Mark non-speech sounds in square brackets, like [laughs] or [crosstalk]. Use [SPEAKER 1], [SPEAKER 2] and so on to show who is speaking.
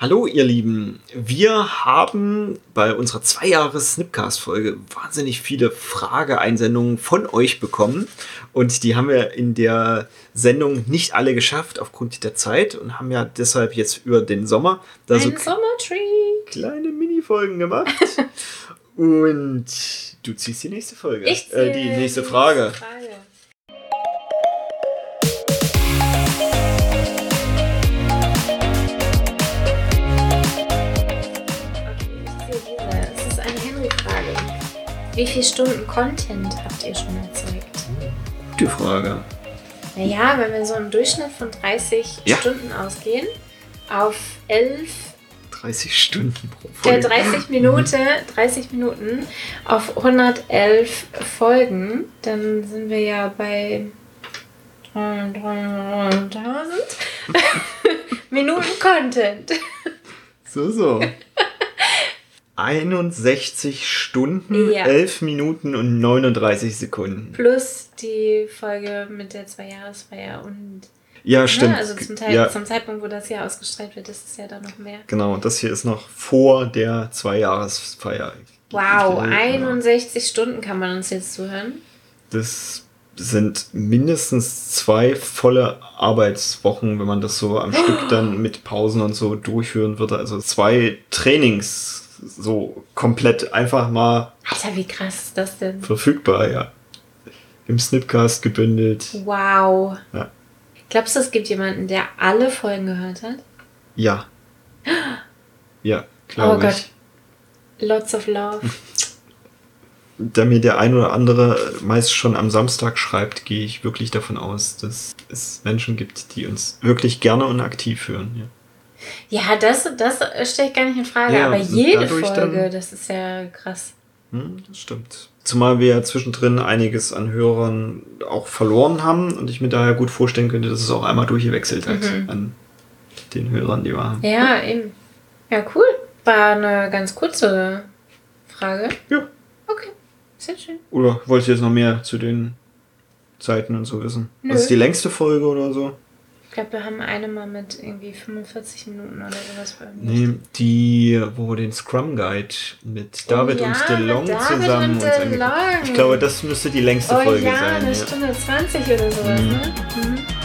[SPEAKER 1] Hallo ihr Lieben, wir haben bei unserer Zweijahres-Snipcast-Folge wahnsinnig viele Frageeinsendungen von euch bekommen und die haben wir in der Sendung nicht alle geschafft aufgrund der Zeit und haben ja deshalb jetzt über den Sommer da so
[SPEAKER 2] Ein Sommertree.
[SPEAKER 1] kleine Mini-Folgen gemacht und du ziehst die nächste Folge,
[SPEAKER 2] Ich
[SPEAKER 1] äh, die
[SPEAKER 2] zähle
[SPEAKER 1] nächste Frage.
[SPEAKER 2] Frage. Okay, ich ziehe diese. Es ist eine Henry-Frage. Wie viele Stunden Content habt ihr schon erzeugt?
[SPEAKER 1] Gute Frage.
[SPEAKER 2] Naja, wenn wir so im Durchschnitt von 30
[SPEAKER 1] Ja.
[SPEAKER 2] Stunden ausgehen, auf 11,
[SPEAKER 1] 30 Stunden pro
[SPEAKER 2] äh,
[SPEAKER 1] Folge.
[SPEAKER 2] 30 Minuten, 30 Minuten auf 111 Folgen, dann sind wir ja bei 1000 [laughs] Minuten Content.
[SPEAKER 1] So, so. 61 Stunden,
[SPEAKER 2] Ja.
[SPEAKER 1] 11 Minuten und 39 Sekunden.
[SPEAKER 2] Plus die Folge mit der Zweijahresfeier und
[SPEAKER 1] Ja, stimmt.
[SPEAKER 2] Ne, also zum, Teil,
[SPEAKER 1] ja,
[SPEAKER 2] zum Zeitpunkt, wo das hier ausgestrahlt wird, ist es ja dann noch mehr.
[SPEAKER 1] genau, das hier ist noch vor der Zweijahresfeier. Genau.
[SPEAKER 2] Wow, 61 Stunden kann man uns jetzt zuhören.
[SPEAKER 1] Das sind mindestens zwei volle Arbeitswochen, wenn man das so
[SPEAKER 2] Oh.
[SPEAKER 1] am Stück dann mit Pausen und so durchführen würde. Also zwei Trainings so komplett einfach mal
[SPEAKER 2] Alter, wie krass ist das denn?
[SPEAKER 1] verfügbar, ja. Im Snipcast gebündelt.
[SPEAKER 2] Wow.
[SPEAKER 1] Ja.
[SPEAKER 2] Glaubst du, es gibt jemanden, der alle Folgen gehört hat? [gasps]
[SPEAKER 1] Ja. Ja, glaube
[SPEAKER 2] Oh
[SPEAKER 1] ich.
[SPEAKER 2] Lots of Love.
[SPEAKER 1] Hm. Da mir der ein oder andere meist schon am Samstag schreibt, gehe ich wirklich davon aus, dass es Menschen gibt, die uns wirklich gerne und aktiv hören. Ja.
[SPEAKER 2] Ja, das, das stelle ich gar nicht in Frage,
[SPEAKER 1] Ja,
[SPEAKER 2] aber
[SPEAKER 1] und
[SPEAKER 2] jede
[SPEAKER 1] dadurch
[SPEAKER 2] Folge,
[SPEAKER 1] dann-
[SPEAKER 2] das ist ja krass.
[SPEAKER 1] Hm, das stimmt. Zumal wir ja zwischendrin einiges an Hörern auch verloren haben und ich mir daher gut vorstellen könnte, dass es auch einmal durchgewechselt hat
[SPEAKER 2] Mhm.
[SPEAKER 1] an den Hörern, die wir haben.
[SPEAKER 2] Ja, eben. Ja, cool. War eine ganz kurze Frage.
[SPEAKER 1] Ja.
[SPEAKER 2] Okay, sehr schön.
[SPEAKER 1] Oder wollt ihr jetzt noch mehr zu den Zeiten und so wissen?
[SPEAKER 2] Nö.
[SPEAKER 1] Was ist die längste Folge oder so?
[SPEAKER 2] Ich glaube, wir haben eine mal mit irgendwie 45 Minuten oder sowas veröffentlicht.
[SPEAKER 1] Nee, die, wo wir den Scrum Guide mit David
[SPEAKER 2] Oh ja,
[SPEAKER 1] und DeLong
[SPEAKER 2] mit David
[SPEAKER 1] zusammen
[SPEAKER 2] und
[SPEAKER 1] uns
[SPEAKER 2] DeLong.
[SPEAKER 1] angeguckt. Ich glaube, das müsste die längste
[SPEAKER 2] Oh
[SPEAKER 1] Folge
[SPEAKER 2] ja,
[SPEAKER 1] sein.
[SPEAKER 2] eine
[SPEAKER 1] ja.
[SPEAKER 2] Stunde 20 oder sowas,
[SPEAKER 1] Mhm.
[SPEAKER 2] ne? Mhm.